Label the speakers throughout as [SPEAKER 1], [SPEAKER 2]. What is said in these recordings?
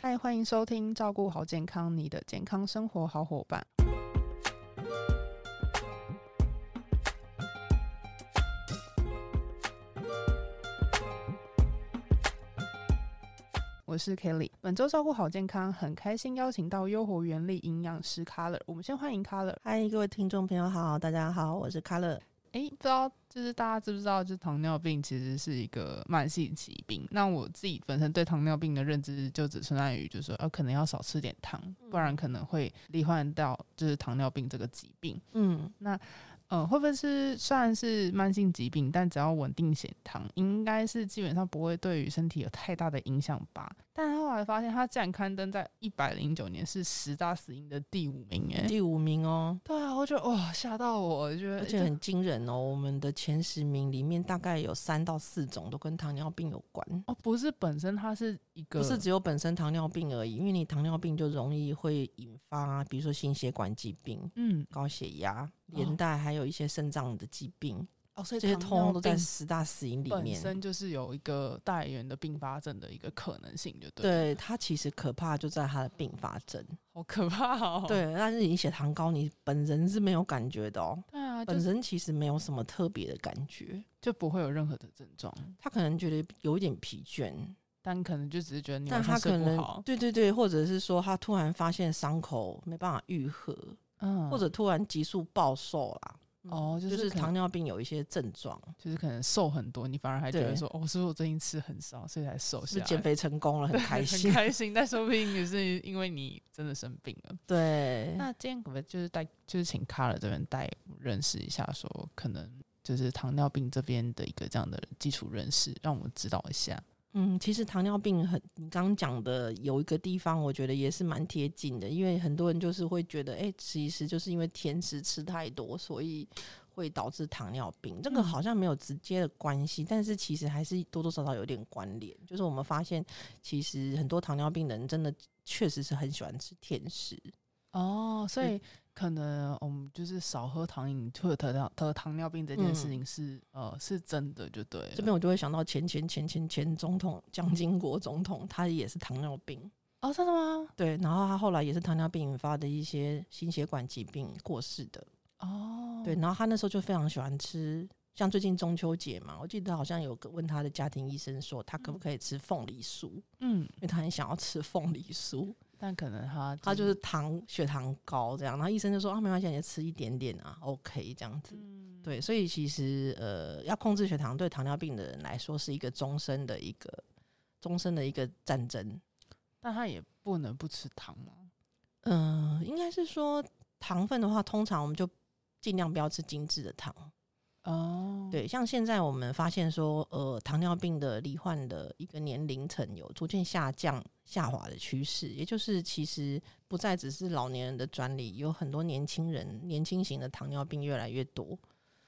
[SPEAKER 1] 嗨，欢迎收听《照顾好健康》，你的健康生活好伙伴。我是 Kelly，本周照顾好健康，很开心邀请到优活原力营养师 Color，我们先欢迎 Color。
[SPEAKER 2] 嗨，各位听众朋友好，大家好，我是卡乐。
[SPEAKER 1] 诶，不知道就是大家知不知道，就是糖尿病其实是一个慢性疾病。那我自己本身对糖尿病的认知就只存在于，就是说，呃，可能要少吃点糖，不然可能会罹患到就是糖尿病这个疾病。
[SPEAKER 2] 嗯，
[SPEAKER 1] 呃，会不会是虽然是慢性疾病，但只要稳定血糖，应该是基本上不会对于身体有太大的影响吧？但后来发现，它竟然刊登在一百零九年是十大死因的第五名、诶，
[SPEAKER 2] 第五名哦，
[SPEAKER 1] 对啊，我觉得哇，吓到我，我觉得
[SPEAKER 2] 而且很惊人哦。我们的前十名里面大概有三到四种都跟糖尿病有关，
[SPEAKER 1] 哦，不是本身它是一个，
[SPEAKER 2] 不是只有本身糖尿病而已，因为你糖尿病就容易会引发，比如说心血管疾病、
[SPEAKER 1] 嗯，
[SPEAKER 2] 高血压，连带还有一些肾脏的疾病，
[SPEAKER 1] 哦，所以
[SPEAKER 2] 这些
[SPEAKER 1] 哦糖
[SPEAKER 2] 通
[SPEAKER 1] 尿
[SPEAKER 2] 通都在
[SPEAKER 1] 病
[SPEAKER 2] 十大死因里
[SPEAKER 1] 本
[SPEAKER 2] 面。
[SPEAKER 1] 身就是有一个带源的并发症的一个可能性，就对了，
[SPEAKER 2] 对它其实可怕就在它的并发症，
[SPEAKER 1] 好可怕哦，
[SPEAKER 2] 对，但是你血糖高，你本人是没有感觉的哦，
[SPEAKER 1] 对啊，就
[SPEAKER 2] 本身其实没有什么特别的感觉，
[SPEAKER 1] 就不会有任何的症状，
[SPEAKER 2] 他可能觉得有一点疲倦，
[SPEAKER 1] 但可能就只是觉得你
[SPEAKER 2] 但
[SPEAKER 1] 晚上
[SPEAKER 2] 他
[SPEAKER 1] 睡
[SPEAKER 2] 可
[SPEAKER 1] 不
[SPEAKER 2] 能
[SPEAKER 1] 好，
[SPEAKER 2] 对对对，或者是说他突然发现伤口没办法愈合，
[SPEAKER 1] 嗯，
[SPEAKER 2] 或者突然急速暴瘦啦。嗯
[SPEAKER 1] 哦就
[SPEAKER 2] 就是是
[SPEAKER 1] 可能
[SPEAKER 2] 糖尿病有一些症状，
[SPEAKER 1] 就是可能瘦很多，你反而还觉得
[SPEAKER 2] 对
[SPEAKER 1] 说，哦，是不是我最近吃很少，所以才瘦
[SPEAKER 2] 是
[SPEAKER 1] 下
[SPEAKER 2] 不是
[SPEAKER 1] 来，
[SPEAKER 2] 减肥成功了，很开
[SPEAKER 1] 啊很
[SPEAKER 2] 心。
[SPEAKER 1] 开心，但说不定也是因为你真的生病了。
[SPEAKER 2] 对，
[SPEAKER 1] 那今天可不可以就是带，就是请卡尔这边带认识一下说，可能就是糖尿病这边的一个这样的基础认识，让我们知道一下。
[SPEAKER 2] 嗯，其实糖尿病很，你刚刚讲的有一个地方，我觉得也是蛮贴近的，因为很多人就是会觉得，哎、其实就是因为甜食吃太多，所以会导致糖尿病。这个
[SPEAKER 1] 嗯
[SPEAKER 2] 好像没有直接的关系，但是其实还是多多少少有点关联。就是我们发现，其实很多糖尿病人真的确实是很喜欢吃甜食，
[SPEAKER 1] 哦，所
[SPEAKER 2] 嗯
[SPEAKER 1] 以可能我们就是少喝糖饮或者得到得糖尿病这件事情是、呃是真的，就对了。
[SPEAKER 2] 嗯
[SPEAKER 1] 嗯
[SPEAKER 2] 这边我就会想到前前前前前总统蒋经国总统，他也是糖尿病。
[SPEAKER 1] 哦，真的吗？
[SPEAKER 2] 对，然后他后来也是糖尿病引发的一些心血管疾病过世的。
[SPEAKER 1] 哦，
[SPEAKER 2] 对，，然后他那时候就非常喜欢吃，像最近中秋节嘛，我记得好像有个问他的家庭医生说，他可不可以吃凤梨酥，
[SPEAKER 1] 嗯，
[SPEAKER 2] 因为他很想要吃凤梨酥，
[SPEAKER 1] 但可能他
[SPEAKER 2] 他就是糖血糖高这样，然后医生就说啊，没关系，你就吃一点点啊，OK 这样子。
[SPEAKER 1] 嗯
[SPEAKER 2] 对，所以其实呃，要控制血糖对糖尿病的人来说是一个终身的一个终身的一个战争。
[SPEAKER 1] 但他也不能不吃糖嘛。
[SPEAKER 2] 嗯、应该是说糖分的话，通常我们就尽量不要吃精致的糖。
[SPEAKER 1] 哦，，
[SPEAKER 2] 对，像现在我们发现说，呃，糖尿病的罹患的一个年龄层有逐渐下降、下滑的趋势，也就是其实不再只是老年人的专利，有很多年轻人、年轻型的糖尿病越来越多。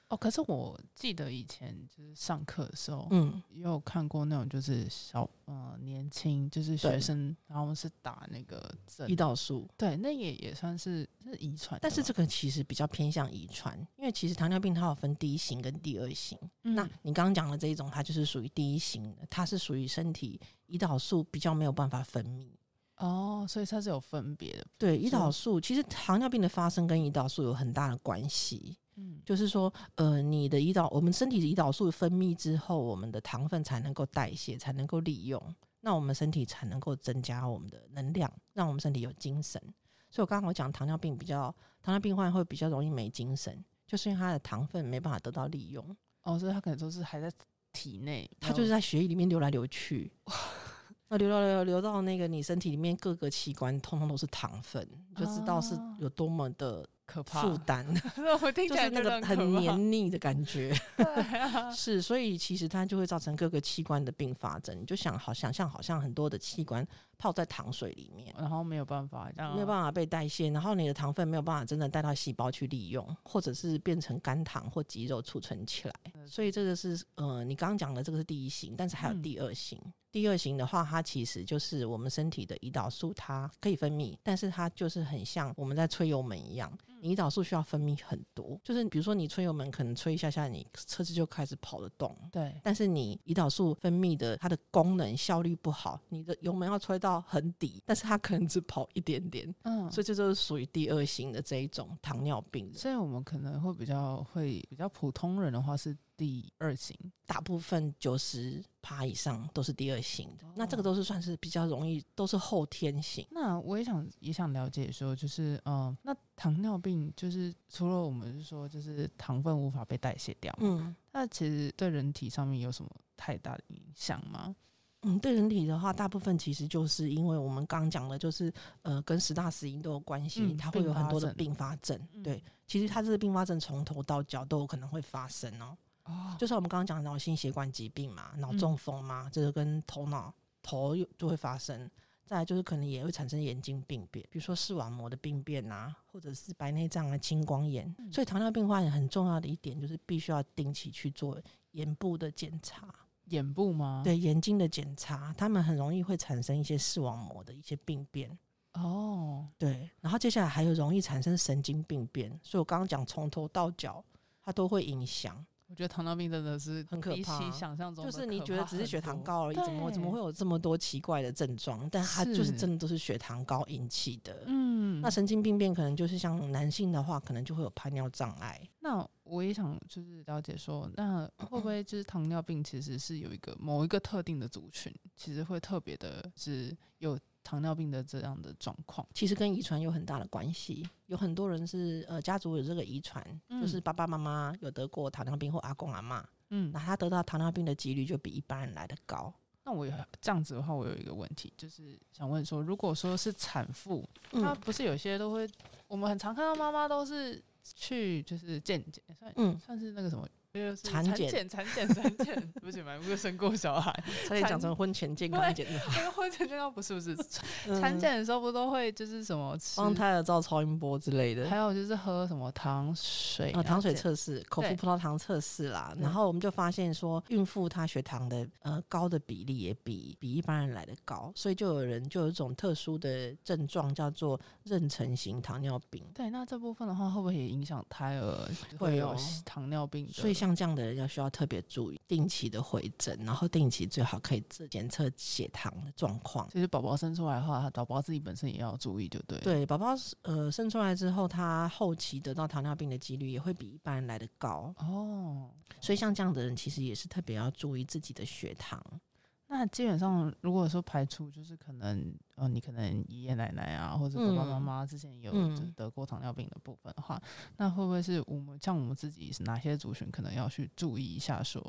[SPEAKER 1] 哦，可是我记得以前就是上课的时候，
[SPEAKER 2] 嗯，
[SPEAKER 1] 也有看过那种就是小呃年轻就是学
[SPEAKER 2] 对
[SPEAKER 1] 生，然后是打那个针
[SPEAKER 2] 胰，岛素，
[SPEAKER 1] 对，那也也算是是遗传的吧，
[SPEAKER 2] 但是这个其实比较偏向遗传，因为其实糖尿病它有分第一型跟第二型。
[SPEAKER 1] 嗯
[SPEAKER 2] 那你刚刚讲的这一种，它就是属于第一型的，它是属于身体胰岛素比较没有办法分泌。
[SPEAKER 1] 哦，所以它是有分别的，
[SPEAKER 2] 对，
[SPEAKER 1] 是
[SPEAKER 2] 胰岛素其实糖尿病的发生跟胰岛素有很大的关系。
[SPEAKER 1] 嗯，
[SPEAKER 2] 就是说，呃，你的胰岛，我们身体的胰岛素分泌之后，我们的糖分才能够代谢，才能够利用，那我们身体才能够增加我们的能量，让我们身体有精神。所以我刚刚我讲糖尿病比较，糖尿病患会比较容易没精神，就是因为他的糖分没办法得到利用，
[SPEAKER 1] 哦，所以它可能都是还在体内，
[SPEAKER 2] 他就是
[SPEAKER 1] 在
[SPEAKER 2] 在血液里面流来流 去，那流到流流到那个你身体里面各个器官，通通都是糖分，你就知道是
[SPEAKER 1] 啊
[SPEAKER 2] 有多么的
[SPEAKER 1] 可怕，
[SPEAKER 2] 负担，
[SPEAKER 1] 我听起
[SPEAKER 2] 就
[SPEAKER 1] 来
[SPEAKER 2] 是那
[SPEAKER 1] 觉得
[SPEAKER 2] 个
[SPEAKER 1] 可
[SPEAKER 2] 很
[SPEAKER 1] 怕，
[SPEAKER 2] 黏腻的感觉。
[SPEAKER 1] 对啊
[SPEAKER 2] 是，所以其实它就会造成各个器官的并发症。你就想好想象，好像很多的器官泡在糖水里面，
[SPEAKER 1] 然后没有办法，这样
[SPEAKER 2] 没有办法被代谢，然后你的糖分没有办法真的带到细胞去利用，或者是变成肝糖或肌肉储存起来。所以这个是呃，你刚刚讲的这个是第一型，但是还有
[SPEAKER 1] 嗯
[SPEAKER 2] 第二型。第二型的话，它其实就是
[SPEAKER 1] 嗯
[SPEAKER 2] 我们身体的胰岛素，它可以分泌，但是它就是很像我们在吹油门一样，你胰岛素需要分泌很多，就是比如说你吹油门可能吹一下下，你车子就开始跑得动。
[SPEAKER 1] 对，
[SPEAKER 2] 但是你胰岛素分泌的它的功能效率不好，你的油门要吹到很底，但是它可能只跑一点点，
[SPEAKER 1] 嗯，
[SPEAKER 2] 所以这就是属于第二型的这一种糖尿病人。
[SPEAKER 1] 所以我们可能会比较会比较普通人的话是第二型，
[SPEAKER 2] 大部分九十趴以上都是第二型的，那这个都是算是比较容易，都是后天型。
[SPEAKER 1] 那我也想也想了解说，就是嗯、呃那糖尿病就是除了我们是说就是糖分无法被代谢掉嘛，
[SPEAKER 2] 嗯
[SPEAKER 1] 那其实对人体上面有什么太大的影响吗？
[SPEAKER 2] 嗯，对人体的话，大部分其实就是因为我们刚刚讲的，就是呃，跟十大死因都有关系，
[SPEAKER 1] 嗯
[SPEAKER 2] 它会有很多的
[SPEAKER 1] 并
[SPEAKER 2] 并发症。对，其实它这个并发症从头到脚都有可能会发生哦。
[SPEAKER 1] 哦，
[SPEAKER 2] 就像我们刚刚讲的脑心血管疾病嘛，脑
[SPEAKER 1] 嗯
[SPEAKER 2] 中风嘛，这个跟头脑头有就会发生。再来就是可能也会产生眼睛病变，比如说视网膜的病变啊，或者是白内障啊、青光眼。所以糖尿病患很重要的一点就是必须要定期去做眼部的检查，
[SPEAKER 1] 眼部吗？，
[SPEAKER 2] 对眼睛的检查，他们很容易会产生一些视网膜的一些病变。
[SPEAKER 1] 哦，
[SPEAKER 2] 对，然后接下来还有容易产生神经病变，所以我刚刚讲从头到脚它都会影响。
[SPEAKER 1] 我觉得糖尿病真的是
[SPEAKER 2] 很可
[SPEAKER 1] 比
[SPEAKER 2] 怕
[SPEAKER 1] 起想象中的
[SPEAKER 2] 就是你
[SPEAKER 1] 可
[SPEAKER 2] 觉得
[SPEAKER 1] 怕
[SPEAKER 2] 只是
[SPEAKER 1] 很
[SPEAKER 2] 血糖
[SPEAKER 1] 多，
[SPEAKER 2] 高而已，怎么怎么
[SPEAKER 1] 对
[SPEAKER 2] 会有这么多奇怪的症状？但它就是
[SPEAKER 1] 是
[SPEAKER 2] 真的都是血糖高引起的。
[SPEAKER 1] 嗯，
[SPEAKER 2] 那
[SPEAKER 1] 那
[SPEAKER 2] 神经病变可能就是像男性的话，可能就会有排尿障碍。
[SPEAKER 1] 那我也想就是了解说，那会不会就是糖尿病其实是有一个某一个特定的族群，其实会特别的是有糖尿病的这样的状况？
[SPEAKER 2] 其实跟遗传有很大的关系，有很多人是呃家族有这个遗传，
[SPEAKER 1] 嗯
[SPEAKER 2] 就是爸爸妈妈有得过糖尿病或阿公阿妈，
[SPEAKER 1] 嗯
[SPEAKER 2] 那，他得到糖尿病的几率就比一般人来的高。
[SPEAKER 1] 那我有这样子的话，我有一个问题，就是想问说，如果说是产妇，她
[SPEAKER 2] 嗯
[SPEAKER 1] 不是有些都会，我们很常看到妈妈都是去就是健检，算
[SPEAKER 2] 嗯，
[SPEAKER 1] 算是那个什么，就是
[SPEAKER 2] 产
[SPEAKER 1] 产
[SPEAKER 2] 检
[SPEAKER 1] 检、产检、产检， 对不起，买不是生过小孩，
[SPEAKER 2] 差点讲成婚前健康检
[SPEAKER 1] 那个婚前健康不是不是，
[SPEAKER 2] 查，
[SPEAKER 1] 产
[SPEAKER 2] 嗯
[SPEAKER 1] 检的时候不都会就是什么吃，
[SPEAKER 2] 帮胎儿照超音波之类的。
[SPEAKER 1] 还有就是喝什么糖水
[SPEAKER 2] 啊，糖水
[SPEAKER 1] 健
[SPEAKER 2] 测试、口服
[SPEAKER 1] 对嗯
[SPEAKER 2] 葡萄糖测试啦，
[SPEAKER 1] 对
[SPEAKER 2] 然后我们就发现说，孕妇她血糖的呃高的比例也比比一般人来的高，所以就有人就有一种特殊的症状叫做妊娠型糖尿病。
[SPEAKER 1] 对，那这部分的话，会不会也影响胎儿
[SPEAKER 2] 会
[SPEAKER 1] 会有
[SPEAKER 2] 哦
[SPEAKER 1] 糖尿病的？
[SPEAKER 2] 所以像这样的人要需要特别注意，定期的回诊，然后定期最好可以自检测血糖的状况。
[SPEAKER 1] 其实宝宝生出来的话，宝宝自己本身也要注意，就对。，
[SPEAKER 2] 对，宝宝呃生出来之后，他后期得到糖尿病的几率也会比一般人来的高，
[SPEAKER 1] 哦，
[SPEAKER 2] 所以像这样的人其实也是特别要注意自己的血糖。
[SPEAKER 1] 那基本上如果说排除就是可能，呃，你可能爷爷奶奶啊，或者爸爸妈
[SPEAKER 2] 嗯
[SPEAKER 1] 妈之前有
[SPEAKER 2] 嗯
[SPEAKER 1] 就是得过糖尿病的部分的话，那会不会是我们像我们自己是哪些族群可能要去注意一下说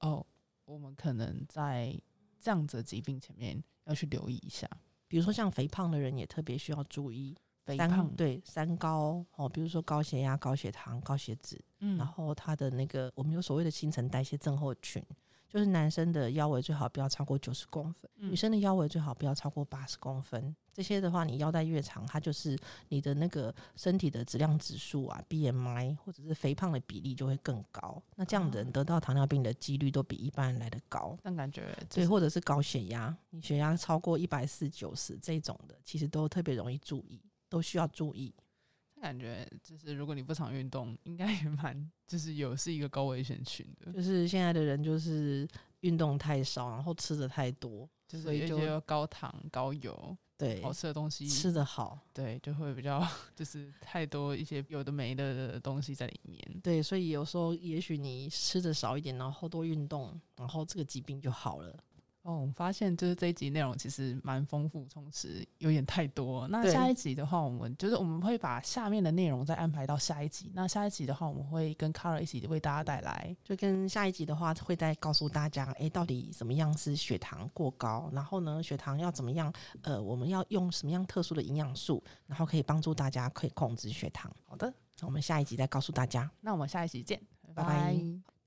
[SPEAKER 1] 哦，我们可能在这样子的疾病前面要去留意一下，
[SPEAKER 2] 比如说像肥胖的人也特别需要注意，
[SPEAKER 1] 肥
[SPEAKER 2] 三
[SPEAKER 1] 胖，
[SPEAKER 2] 对三高哦，比如说高血压、高血糖、高血脂，
[SPEAKER 1] 嗯
[SPEAKER 2] 然后他的那个我们有所谓的新陈代谢症候群，就是男生的腰围最好不要超过九十公分，
[SPEAKER 1] 嗯
[SPEAKER 2] 女生的腰围最好不要超过八十公分。这些的话，你腰带越长，它就是你的那个身体的质量指数啊，BMI 或者是肥胖的比例就会更高。那这样的
[SPEAKER 1] 哦
[SPEAKER 2] 人得到糖尿病的几率都比一般人来的高。
[SPEAKER 1] 但感觉就
[SPEAKER 2] 对，
[SPEAKER 1] 是
[SPEAKER 2] 或者是高血压，你血压超过一百四九十这种的，其实都特别容易注意，都需要注意。
[SPEAKER 1] 但感觉就是如果你不常运动，应该也蛮就是有是一个高危险群的，
[SPEAKER 2] 就是现在的人就是运动太少，然后吃的太多，
[SPEAKER 1] 就
[SPEAKER 2] 所
[SPEAKER 1] 是
[SPEAKER 2] 以
[SPEAKER 1] 一
[SPEAKER 2] 就
[SPEAKER 1] 些高糖高油。
[SPEAKER 2] 对
[SPEAKER 1] 好吃的东西，
[SPEAKER 2] 吃的好，
[SPEAKER 1] 对，就会比较就是太多一些有的没的的东西在里面。
[SPEAKER 2] 对，所以有时候也许你吃的少一点，然后多运动，然后这个疾病就好了。
[SPEAKER 1] 哦，我们发现就是这一集内容其实蛮丰富充实，有点太多。那
[SPEAKER 2] 对
[SPEAKER 1] 下一集的话，我们就是我们会把下面的内容再安排到下一集。那下一集的话，我们会跟 Kara 一起为大家带来。
[SPEAKER 2] 就跟下一集的话，会再告诉大家，诶，到底怎么样是血糖过高，然后呢，血糖要怎么样，呃，我们要用什么样特殊的营养素，然后可以帮助大家可以控制血糖。
[SPEAKER 1] 好的，
[SPEAKER 2] 我们下一集再告诉大家。
[SPEAKER 1] 那我们下一集见，
[SPEAKER 2] 拜拜
[SPEAKER 1] 拜